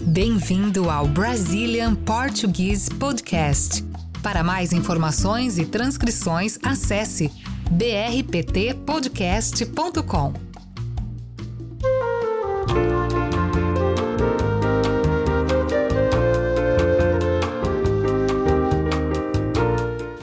Bem-vindo ao Brazilian Portuguese Podcast. Para mais informações e transcrições, acesse brptpodcast.com.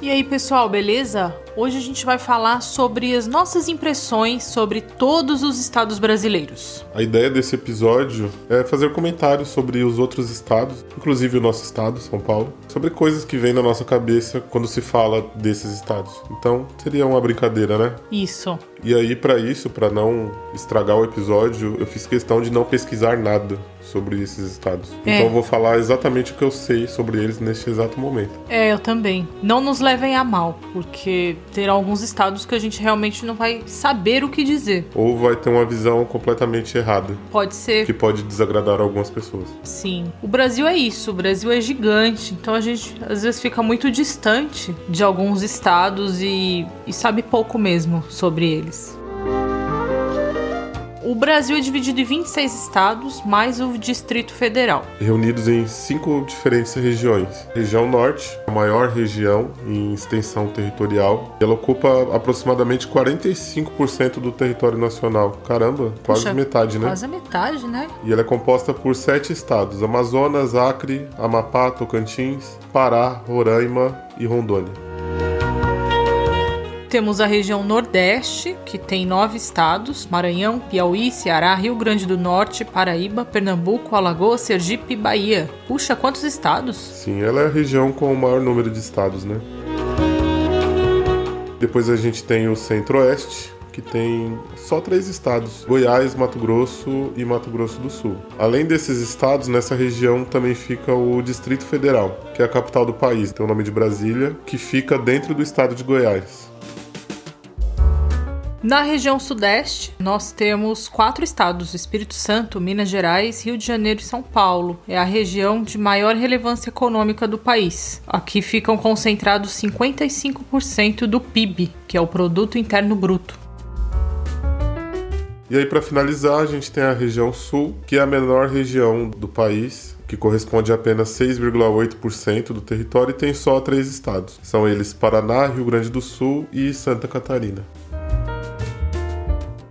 E aí, pessoal, beleza? Hoje a gente vai falar sobre as nossas impressões sobre todos os estados brasileiros. A ideia desse episódio é fazer comentários sobre os outros estados, inclusive o nosso estado, São Paulo, sobre coisas que vêm na nossa cabeça quando se fala desses estados. Então, seria uma brincadeira, né? Isso. E aí, para isso, para não estragar o episódio, eu fiz questão de não pesquisar nada sobre esses estados. É. Então, eu vou falar exatamente o que eu sei sobre eles neste exato momento. É, eu também. Não nos levem a mal, porque terá alguns estados que a gente realmente não vai saber o que dizer. Ou vai ter uma visão completamente errada, Pode ser que pode desagradar algumas pessoas. Sim. O Brasil é isso, o Brasil é gigante, então a gente às vezes fica muito distante de alguns estados e, e sabe pouco mesmo sobre eles. O Brasil é dividido em 26 estados, mais o Distrito Federal. reunidos em cinco diferentes regiões. Região Norte, a maior região em extensão territorial, ela ocupa aproximadamente 45% do território nacional. Caramba, quase Puxa, metade, né? Quase a metade, né? E ela é composta por sete estados: Amazonas, Acre, Amapá, Tocantins, Pará, Roraima e Rondônia. Temos a região Nordeste, que tem nove estados: Maranhão, Piauí, Ceará, Rio Grande do Norte, Paraíba, Pernambuco, Alagoas, Sergipe e Bahia. Puxa, quantos estados? Sim, ela é a região com o maior número de estados, né? Depois a gente tem o Centro-Oeste, que tem só três estados: Goiás, Mato Grosso e Mato Grosso do Sul. Além desses estados, nessa região também fica o Distrito Federal, que é a capital do país, tem o nome de Brasília, que fica dentro do estado de Goiás. Na região Sudeste, nós temos quatro estados: Espírito Santo, Minas Gerais, Rio de Janeiro e São Paulo. É a região de maior relevância econômica do país. Aqui ficam concentrados 55% do PIB, que é o Produto Interno Bruto. E aí, para finalizar, a gente tem a região Sul, que é a menor região do país, que corresponde a apenas 6,8% do território e tem só três estados. São eles Paraná, Rio Grande do Sul e Santa Catarina.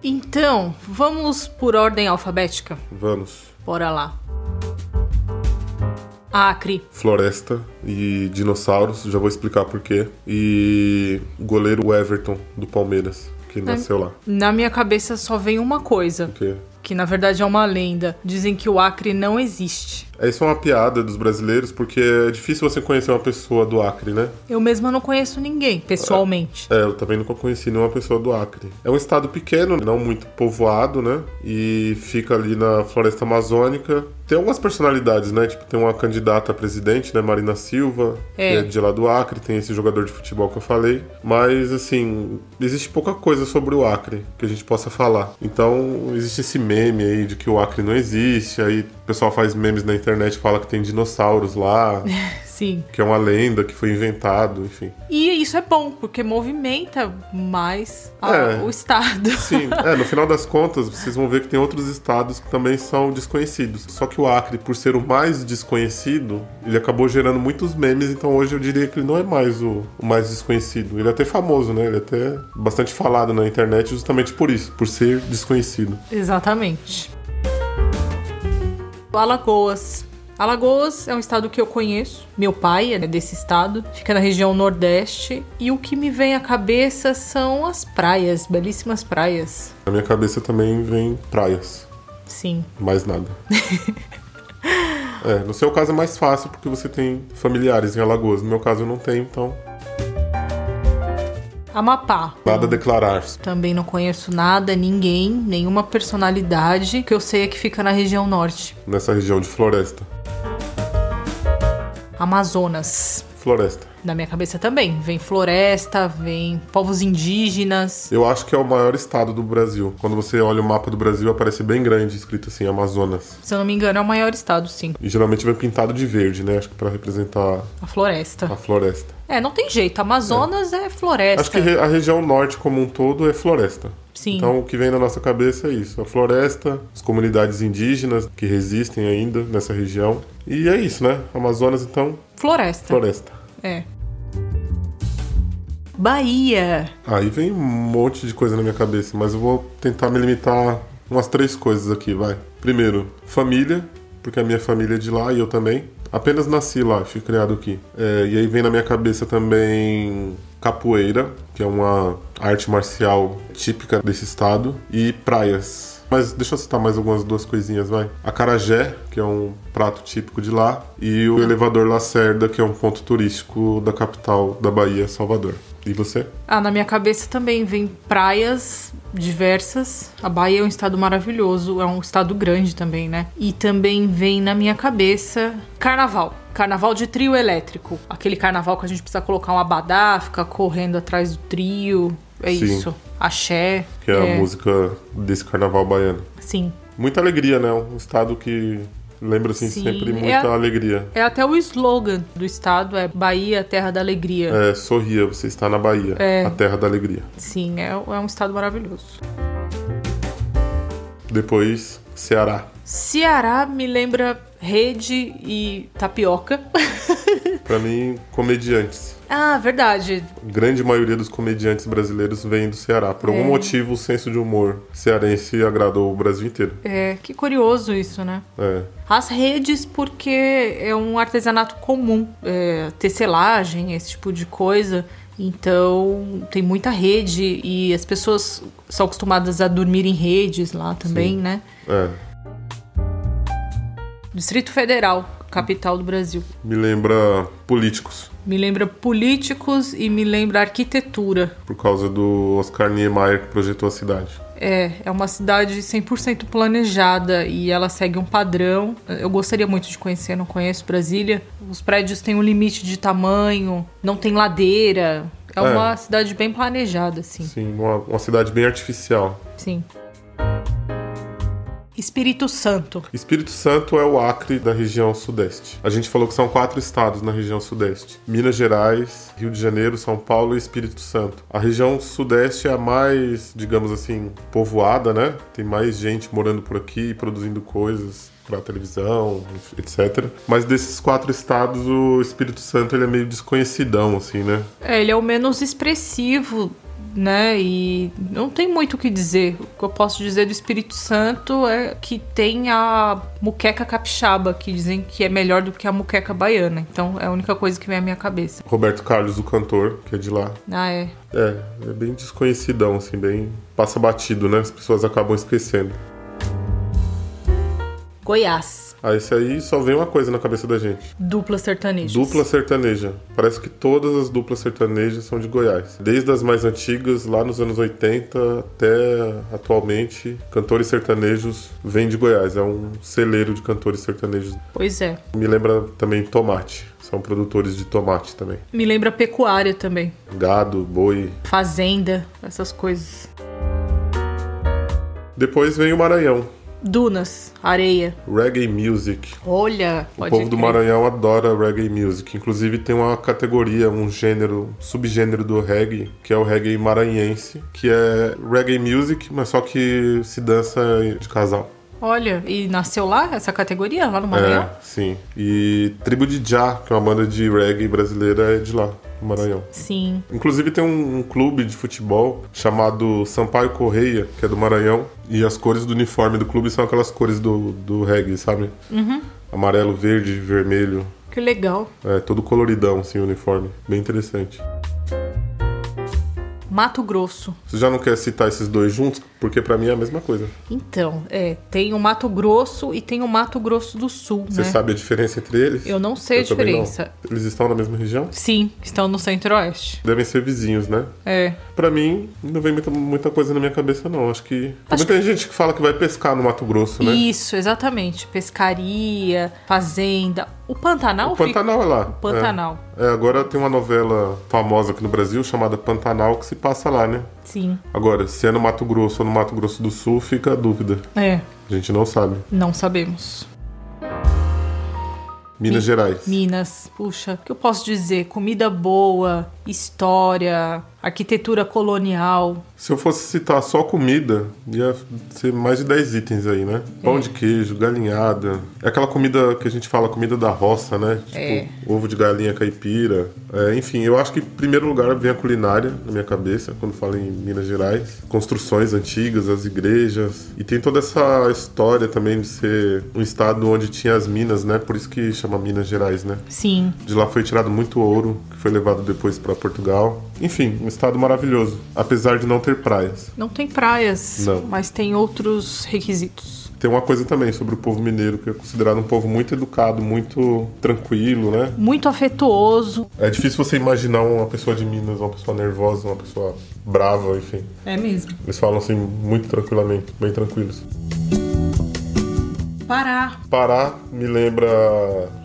Então, vamos por ordem alfabética? Vamos. Bora lá. Acre, Floresta e dinossauros, já vou explicar porquê. E o goleiro Everton do Palmeiras, que nasceu lá. na minha cabeça só vem uma coisa, Porque que na verdade é uma lenda. Dizem que o Acre não existe. é isso é uma piada dos brasileiros, porque é difícil você conhecer uma pessoa do Acre, né? Eu mesma não conheço ninguém, pessoalmente. É, eu também nunca conheci nenhuma pessoa do Acre. É um estado pequeno, não muito povoado, né? E fica ali na floresta amazônica. Tem algumas personalidades, né? Tipo, tem uma candidata a presidente, né? Marina Silva, É. que é de lá do Acre. Tem esse jogador de futebol que eu falei. Mas, assim, existe pouca coisa sobre o Acre que a gente possa falar. Então, existe esse meme aí de que o Acre não existe. Aí o pessoal faz memes na internet, fala que tem dinossauros lá, Sim. que é uma lenda que foi inventado, enfim. E isso é bom, porque movimenta mais a- É. o estado. Sim, é, no final das contas, vocês vão ver que tem outros estados que também são desconhecidos. Só que o Acre, por ser o mais desconhecido, ele acabou gerando muitos memes, então hoje eu diria que ele não é mais o, o mais desconhecido. Ele é até famoso, né? Ele é até bastante falado na internet justamente por isso, por ser desconhecido. Exatamente. Alagoas. Alagoas é um estado que eu conheço. Meu pai é desse estado, fica na região nordeste. E o que me vem à cabeça são as praias, belíssimas praias. Na minha cabeça também vem praias, Sim. mais nada. É, no seu caso é mais fácil porque você tem familiares em Alagoas. No meu caso eu não tenho, então Amapá. nada a declarar. Também não conheço nada, ninguém, nenhuma personalidade. O que eu sei é que fica na região norte. Nessa região de floresta. Amazonas. Floresta. Na minha cabeça também. Vem floresta, vem povos indígenas. Eu acho que é o maior estado do Brasil. Quando você olha o mapa do Brasil, aparece bem grande, escrito assim, Amazonas. Se eu não me engano, é o maior estado, sim. E geralmente vem pintado de verde, né? Acho que pra representar A floresta. a floresta. É, não tem jeito. Amazonas é, floresta. Acho que re- a região norte como um todo é floresta. Sim. Então, o que vem na nossa cabeça é isso: a floresta, as comunidades indígenas que resistem ainda nessa região. E é isso, né? Amazonas, então, Floresta. floresta. É. Bahia. Aí vem um monte de coisa na minha cabeça, mas eu vou tentar me limitar umas três coisas aqui, vai. Primeiro, família, porque a minha família é de lá e eu também. Apenas nasci lá, fui criado aqui. É, e aí vem na minha cabeça também capoeira, que é uma arte marcial típica desse estado, e praias. Mas deixa eu citar mais algumas duas coisinhas, vai. Acarajé, que é um prato típico de lá, e o elevador Lacerda, que é um ponto turístico da capital da Bahia, Salvador. E você? Ah, na minha cabeça também vem praias diversas. A Bahia é um estado maravilhoso, é um estado grande também, né? E também vem na minha cabeça carnaval. Carnaval de trio elétrico. Aquele carnaval que a gente precisa colocar um abadá, ficar correndo atrás do trio. É Sim. isso. Axé. que é, a música desse carnaval baiano. Sim. Muita alegria, né? Um estado que lembra assim Sim, sempre é muita a- alegria. É até o slogan do estado, é Bahia, terra da alegria. É, sorria, você está na Bahia, É. a terra da alegria. Sim, é, é um estado maravilhoso. Depois, Ceará. Ceará me lembra rede e tapioca. Pra mim, comediantes. ah, verdade. Grande maioria dos comediantes brasileiros vem do Ceará. Por algum É. motivo, o senso de humor cearense agradou o Brasil inteiro. É, que curioso isso, né? É. As redes, porque é um artesanato comum, é, tecelagem, esse tipo de coisa. Então, tem muita rede e as pessoas são acostumadas a dormir em redes lá também, né? É. Distrito Federal, capital do Brasil. Me lembra políticos. Me lembra políticos e me lembra arquitetura. Por causa do Oscar Niemeyer que projetou a cidade. É, é uma cidade 100% planejada e ela segue um padrão. Eu gostaria muito de conhecer, não conheço Brasília. Os prédios têm um limite de tamanho, não tem ladeira. É, É. uma cidade bem planejada, assim. Sim, uma- uma cidade bem artificial. Sim. Espírito Santo. Espírito Santo é o Acre da região sudeste. A gente falou que são quatro estados na região sudeste: Minas Gerais, Rio de Janeiro, São Paulo e Espírito Santo. A região sudeste é a mais, digamos assim, povoada, né? Tem mais gente morando por aqui e produzindo coisas para televisão, etc. Mas desses quatro estados, o Espírito Santo ele é meio desconhecidão, assim, né? É, ele é o menos expressivo, né? E não tem muito o que dizer. O que eu posso dizer do Espírito Santo é que tem a muqueca capixaba, que dizem que é melhor do que a muqueca baiana. Então é a única coisa que vem à minha cabeça. Roberto Carlos, o cantor, que é de lá, Ah, é. É, é bem desconhecidão, assim, bem passa batido, né? As pessoas acabam esquecendo. Goiás. Ah, esse aí só vem uma coisa na cabeça da gente. Dupla sertaneja. Dupla sertaneja. Parece que todas as duplas sertanejas são de Goiás. Desde as mais antigas, lá nos anos 80 até atualmente, cantores sertanejos vêm de Goiás. É um celeiro de cantores sertanejos. Pois é. Me lembra também tomate. São produtores de tomate também. Me lembra pecuária também. Gado, boi. Fazenda, essas coisas. Depois vem o Maranhão. Dunas, areia. Reggae music. Olha, O pode povo do crer. Maranhão adora reggae music. Inclusive tem uma categoria, um gênero, um subgênero do reggae, que é o reggae maranhense, que é reggae music, mas só que se dança de casal. Olha, e nasceu lá essa categoria, lá no Maranhão? É, sim. E Tribo de Já, que é uma banda de reggae brasileira, é de lá, do Maranhão. Sim. Inclusive tem um, um clube de futebol chamado Sampaio Correia, que é do Maranhão, e as cores do uniforme do clube são aquelas cores do, do reggae, sabe? Uhum. Amarelo, verde, vermelho. Que legal. É, todo coloridão, assim, o uniforme. Bem interessante. Mato Grosso. Você já não quer citar esses dois juntos? Porque pra mim é a mesma coisa. Então, é, tem o Mato Grosso e tem o Mato Grosso do Sul, Você né? sabe a diferença entre eles? Eu não sei a também não. diferença. Eles estão na mesma região? Sim, estão no Centro-Oeste. Devem ser vizinhos, né? É. Pra mim, não vem muita, muita coisa na minha cabeça, não. Acho que. Tem Acho muita gente que fala que vai pescar no Mato Grosso, né? Isso, exatamente. Pescaria, fazenda. O Pantanal O Pantanal é lá. Pantanal. É. É, agora tem uma novela famosa aqui no Brasil chamada Pantanal que se passa lá, né? fica. Sim. Agora, se é no Mato Grosso ou no Mato Grosso do Sul, fica a dúvida. É, A gente não sabe. não sabemos. Minas Gerais. Minas, puxa, o que eu posso dizer? Comida boa, história, arquitetura colonial. Se eu fosse citar só comida, ia ser mais de 10 itens aí, né? Pão de queijo, galinhada. É aquela comida que a gente fala, comida da roça, né? Tipo, É. ovo de galinha caipira. É, enfim, eu acho que em primeiro lugar vem a culinária na minha cabeça, quando falo em Minas Gerais. Construções antigas, as igrejas. E tem toda essa história também de ser um estado onde tinha as minas, né? Por isso que chama Minas Gerais, né? Sim. De lá foi tirado muito ouro, que foi levado depois para Portugal. Enfim, um estado maravilhoso, apesar de não ter praias. Não tem praias, Não. mas tem outros requisitos. Tem uma coisa também sobre o povo mineiro, que é considerado um povo muito educado, muito tranquilo, né? Muito afetuoso. É difícil você imaginar uma pessoa de Minas, uma pessoa nervosa, uma pessoa brava, enfim. É mesmo. Eles falam assim muito tranquilamente, bem tranquilos. Pará. Pará me lembra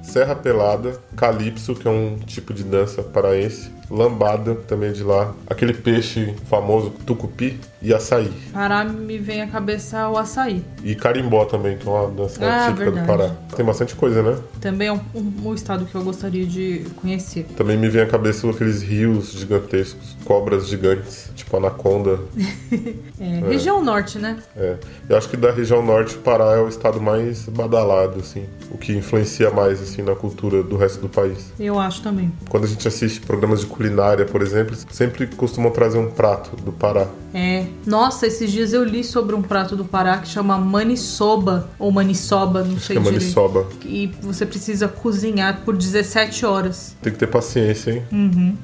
Serra Pelada, Calypso, que é um tipo de dança paraense, Lambada, também é de lá, aquele peixe famoso tucupi e açaí. Pará me vem à cabeça o açaí. E carimbó também, que é uma dança Ah, típica verdade. do Pará. Tem bastante coisa, né? Também é um, um- um estado que eu gostaria de conhecer. Também me vem à cabeça aqueles rios gigantescos, cobras gigantes, tipo anaconda. É, Região norte, né? É. Eu acho que da região norte, o Pará é o estado mais badalado, assim. O que influencia mais, assim, na cultura do resto do país. Eu acho também. Quando a gente assiste programas de culinária, por exemplo, sempre costumam trazer um prato do Pará. É. Nossa, esses dias eu li sobre um prato do Pará que chama manisoba ou manisoba, não Acho sei que é direito. maniçoba. E você precisa cozinhar por 17 horas. Tem que ter paciência, hein? Uhum.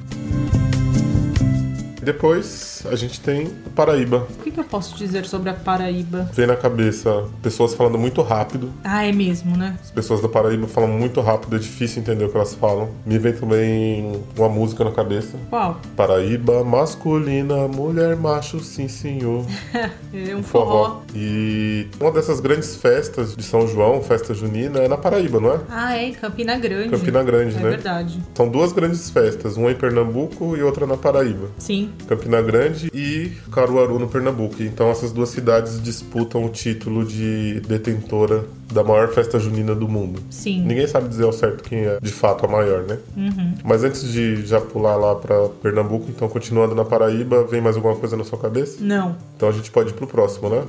Depois a gente tem a Paraíba. O que, que eu posso dizer sobre a Paraíba? Vem na cabeça pessoas falando muito rápido. Ah, é mesmo, né? As pessoas da Paraíba falam muito rápido, é difícil entender o que elas falam. Me vem também uma música na cabeça. Qual? Paraíba masculina, mulher macho, sim senhor. É um forró. Forró. E uma dessas grandes festas de São João, festa junina, é na Paraíba, não é? Ah, é, em Campina Grande. Campina Grande, é né? verdade. São duas grandes festas, uma em Pernambuco e outra na Paraíba. Sim. Campina Grande e Caruaru, no Pernambuco. Então, essas duas cidades disputam o título de detentora da maior festa junina do mundo. Sim. Ninguém sabe dizer ao certo quem é de fato a maior, né? Mas antes de já pular lá pra Pernambuco, então, continuando na Paraíba, vem mais alguma coisa na sua cabeça? Não. Então, a gente pode ir pro próximo, né?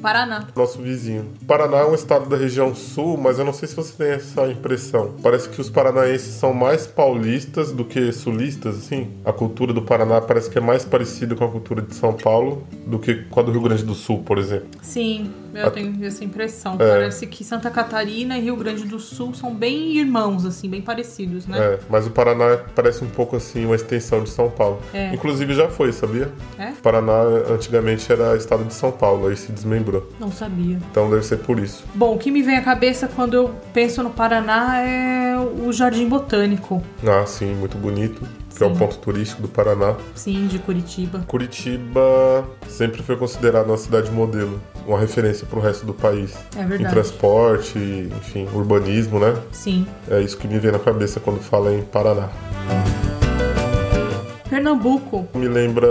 Paraná. nosso vizinho. Paraná é um estado da região sul, mas eu não sei se você tem essa impressão. Parece que os paranaenses são mais paulistas do que sulistas, assim. A cultura do Paraná parece que é mais parecida com a cultura de São Paulo do que com a do Rio Grande do Sul, por exemplo. Sim, eu A- tenho essa impressão. Parece que Santa Catarina e Rio Grande do Sul são bem irmãos, assim, bem parecidos, né? É, mas o Paraná parece um pouco assim uma extensão de São Paulo. É. Inclusive já foi, sabia? É? Paraná antigamente era estado de São Paulo, aí se desmembrou. Não sabia. Então deve ser por isso. Bom, o que me vem à cabeça quando eu penso no Paraná é o Jardim Botânico, Ah, sim, muito bonito. Que é o Sim. ponto turístico do Paraná. sim, de Curitiba. Curitiba sempre foi considerada uma cidade modelo, uma referência para o resto do país. É verdade. Em transporte, enfim, urbanismo, né? Sim. É isso que me vem na cabeça quando fala em Paraná. Pernambuco. Me lembra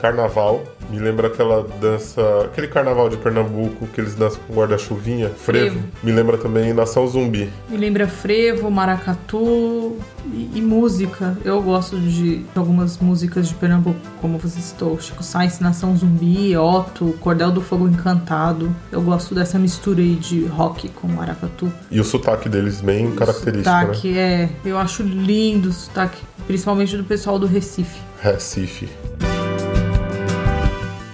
carnaval, me lembra aquela dança, aquele carnaval de Pernambuco que eles dançam com guarda-chuvinha, frevo. Frevo. Me lembra também Nação Zumbi. Me lembra frevo, maracatu e, e música. Eu gosto de, de algumas músicas de Pernambuco, como você citou, Chico Sainz, Nação Zumbi, Otto, Cordel do Fogo Encantado. Eu gosto dessa mistura aí de rock com maracatu. E o sotaque deles bem característico, né? sotaque, é. Eu acho lindo o sotaque, principalmente do pessoal do Recife. Recife.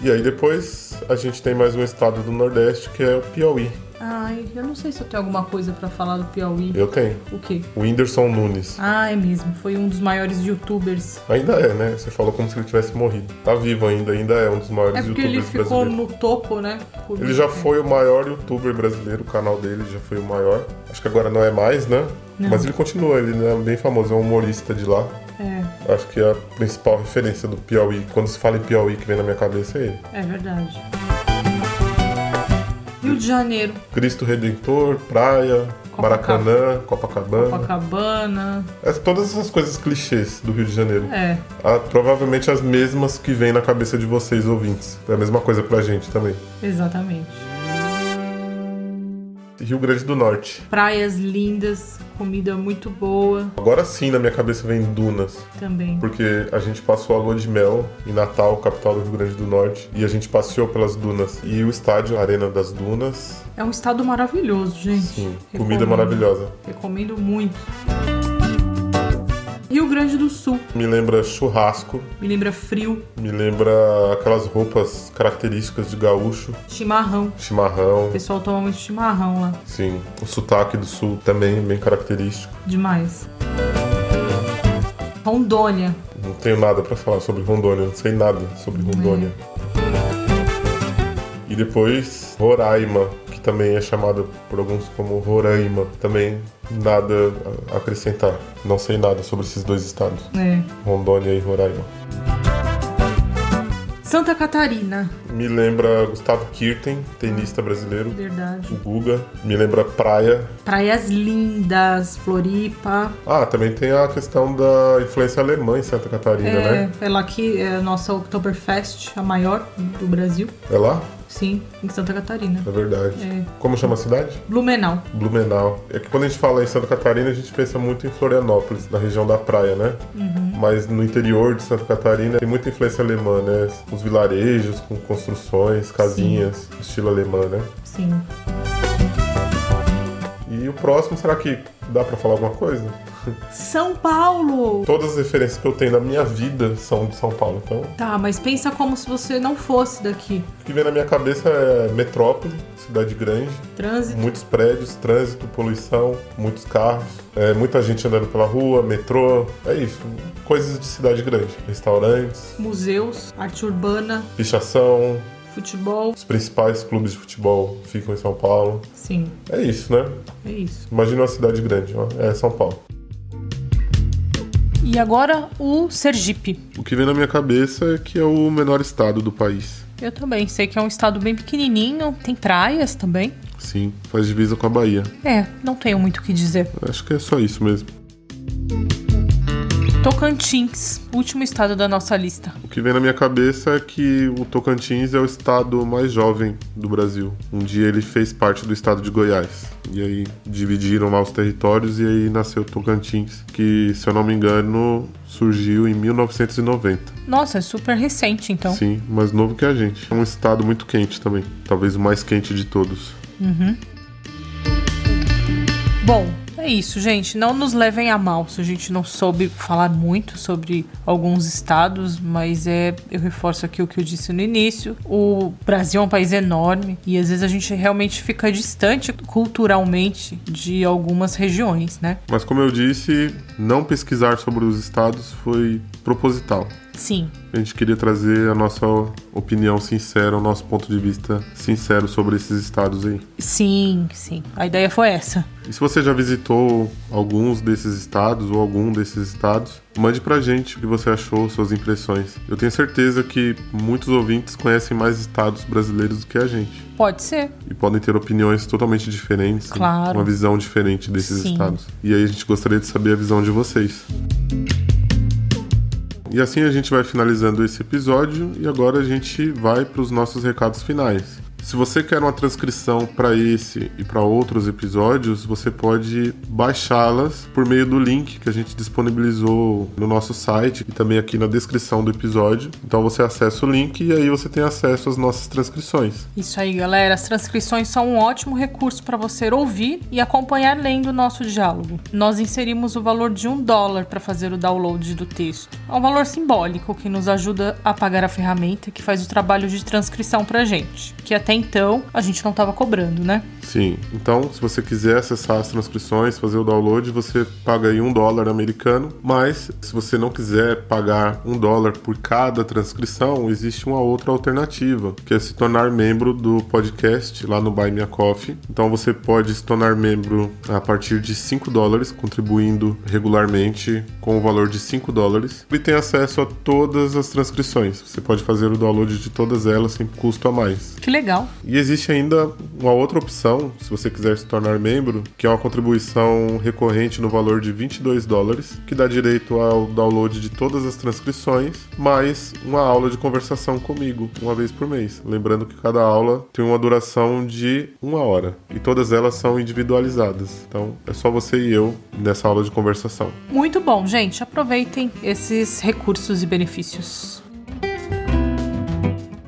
E aí depois a gente tem mais um estado do Nordeste que é o Piauí. Ai, eu não sei se eu tenho alguma coisa pra falar do Piauí. Eu tenho. O quê? O Whindersson Nunes. Ah, é mesmo. Foi um dos maiores youtubers. Ainda é, né? Você falou como se ele tivesse morrido. Tá vivo ainda, ainda é um dos maiores É porque youtubers ele ficou brasileiros. no topo, né? Por Ele muito já tempo. foi o maior youtuber brasileiro, o canal dele já foi o maior. Acho que agora não é mais, né? Não. Mas ele continua, ele é bem famoso, é um humorista de lá. É, Acho que a principal referência do Piauí, quando se fala em Piauí, que vem na minha cabeça é ele. é verdade. Rio de Janeiro, Cristo Redentor, Praia, Copacabana. Maracanã, Copacabana. Copacabana. As- Todas essas coisas clichês do Rio de Janeiro. É, Ah, provavelmente as mesmas que vem na cabeça de vocês, ouvintes. É a mesma coisa pra gente também. exatamente. Rio Grande do Norte. Praias lindas, comida muito boa Agora sim, na minha cabeça vem Dunas. também. Porque a gente passou a lua de mel em Natal, capital do Rio Grande do Norte, e a gente passeou pelas dunas. E o estádio, a Arena das Dunas, É um estado maravilhoso, gente. sim, comida Recomendo. maravilhosa. Recomendo muito. Rio Grande do Sul Me lembra churrasco, me lembra frio, me lembra aquelas roupas características de gaúcho, chimarrão. chimarrão, O pessoal toma muito chimarrão lá, sim. O sotaque do sul também é bem característico. demais. Rondônia, Não tenho nada pra falar sobre Rondônia, não sei nada sobre Rondônia. E depois Roraima, que também é chamada por alguns como Roraima, também nada a acrescentar. Não sei nada sobre esses dois estados, né? Rondônia e Roraima. Santa Catarina, Me lembra Gustavo Kirten, tenista brasileiro, o verdade. Guga, me lembra praia. Praias lindas, Floripa. Ah, também tem a questão da influência alemã em Santa Catarina, É, né? é lá que é a nossa Oktoberfest, a maior do Brasil. É lá? Sim, em Santa Catarina. É verdade. É. Como chama a cidade? Blumenau. Blumenau. É que quando a gente fala em Santa Catarina, a gente pensa muito em Florianópolis, na região da praia, né? Mas no interior de Santa Catarina tem muita influência alemã, né? Os vilarejos com construções, casinhas, estilo alemã, né? Sim. E o próximo, será que dá pra falar alguma coisa? São Paulo! Todas as referências que eu tenho na minha vida são de São Paulo, então Tá, mas pensa como se você não fosse daqui. o que vem na minha cabeça é metrópole, cidade grande, Trânsito. muitos prédios, trânsito, poluição, muitos carros, é, muita gente andando pela rua, metrô, é isso, coisas de cidade grande, restaurantes, museus, arte urbana, pichação, futebol. os principais clubes de futebol ficam em São Paulo, Sim, é isso, né? é isso. Imagina uma cidade grande, ó, é São Paulo. E agora o Sergipe. O que vem na minha cabeça é que é o menor estado do país. Eu também sei que é um estado bem pequenininho, tem praias também. Sim, faz divisa com a Bahia. É, não tenho muito o que dizer. Acho que é só isso mesmo. Tocantins, último estado da nossa lista. O que vem na minha cabeça é que o Tocantins é o estado mais jovem do Brasil. Um dia ele fez parte do estado de Goiás. E aí dividiram lá os territórios e aí nasceu Tocantins, que, se eu não me engano, surgiu em 1990. Nossa, é super recente então. Sim, mais novo que a gente. É um estado muito quente também. Talvez o mais quente de todos. Bom, é isso, gente. Não nos levem a mal se a gente não soube falar muito sobre alguns estados, mas é, eu reforço aqui o que eu disse no início. O Brasil é um país enorme e às vezes a gente realmente fica distante culturalmente de algumas regiões, né? Mas como eu disse, não pesquisar sobre os estados foi proposital. Sim, A gente queria trazer a nossa opinião sincera, o nosso ponto de vista sincero sobre esses estados aí. sim, sim. A ideia foi essa. E se você já visitou alguns desses estados ou algum desses estados, mande pra gente o que você achou, suas impressões. Eu tenho certeza que muitos ouvintes conhecem mais estados brasileiros do que a gente Pode ser. e podem ter opiniões totalmente diferentes, né? Claro. uma visão diferente desses Sim. estados. E aí a gente gostaria de saber a visão de vocês. E assim a gente vai finalizando esse episódio e agora a gente vai para os nossos recados finais. Se você quer uma transcrição para esse e para outros episódios, você pode baixá-las por meio do link que a gente disponibilizou no nosso site e também aqui na descrição do episódio. Então você acessa o link e aí você tem acesso às nossas transcrições. Isso aí, galera. As transcrições são um ótimo recurso para você ouvir e acompanhar lendo o nosso diálogo. Nós inserimos o valor de um dólar para fazer o download do texto. É um valor simbólico que nos ajuda a pagar a ferramenta que faz o trabalho de transcrição para gente, que até então a gente não estava cobrando, né? Sim. Então, se você quiser acessar as transcrições, fazer o download, você paga aí um dólar americano. Mas, se você não quiser pagar um dólar por cada transcrição, existe uma outra alternativa, que é se tornar membro do podcast lá no Buy Me a Coffee. Então, você pode se tornar membro a partir de 5 dólares, contribuindo regularmente com o valor de 5 dólares. E tem acesso a todas as transcrições. Você pode fazer o download de todas elas sem custo a mais. Que legal. E existe ainda uma outra opção, se você quiser se tornar membro, que é uma contribuição recorrente no valor de 22 dólares, que dá direito ao download de todas as transcrições, mais uma aula de conversação comigo, uma vez por mês. Lembrando que cada aula tem uma duração de uma hora e todas elas são individualizadas. Então é só você e eu nessa aula de conversação. Muito bom, gente. Aproveitem esses recursos e benefícios.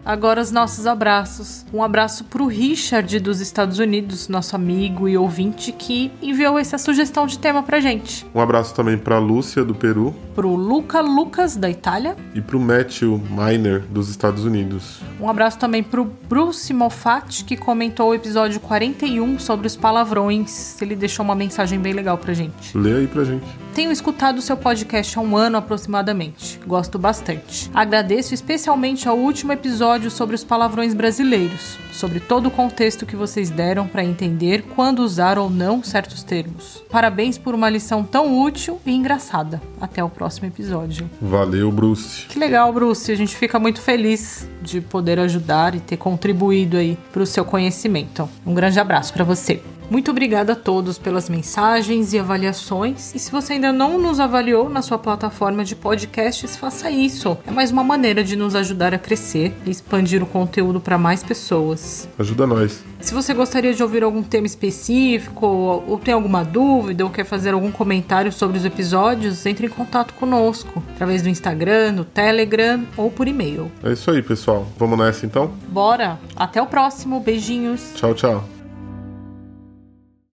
Agora os nossos abraços. Um abraço pro Richard dos Estados Unidos, nosso amigo e ouvinte que enviou essa sugestão de tema pra gente. Um abraço também pra Lúcia do Peru Pro Luca Lucas da Itália. e pro Matthew Miner dos Estados Unidos. Um abraço também pro Bruce Moffat que comentou o episódio 41 sobre os palavrões. Ele deixou uma mensagem bem legal pra gente. Lê aí pra gente. Tenho escutado seu podcast há um ano aproximadamente. Gosto bastante. Agradeço especialmente ao último episódio sobre os palavrões brasileiros, sobre todo o contexto que vocês deram para entender quando usar ou não certos termos. Parabéns por uma lição tão útil e engraçada. Até o próximo episódio. Valeu, Bruce. Que legal, Bruce. A gente fica muito feliz de poder ajudar e ter contribuído aí para o seu conhecimento. Um grande abraço para você. Muito obrigada a todos pelas mensagens e avaliações. E se você ainda não nos avaliou na sua plataforma de podcasts, faça isso. É mais uma maneira de nos ajudar a crescer e expandir o conteúdo para mais pessoas. Ajuda nós. Se você gostaria de ouvir algum tema específico, ou ou tem alguma dúvida, ou quer fazer algum comentário sobre os episódios, entre em contato conosco através do Instagram, no Telegram ou por e-mail. É isso aí, pessoal. Vamos nessa então? Bora! Até o próximo, beijinhos! Tchau, tchau.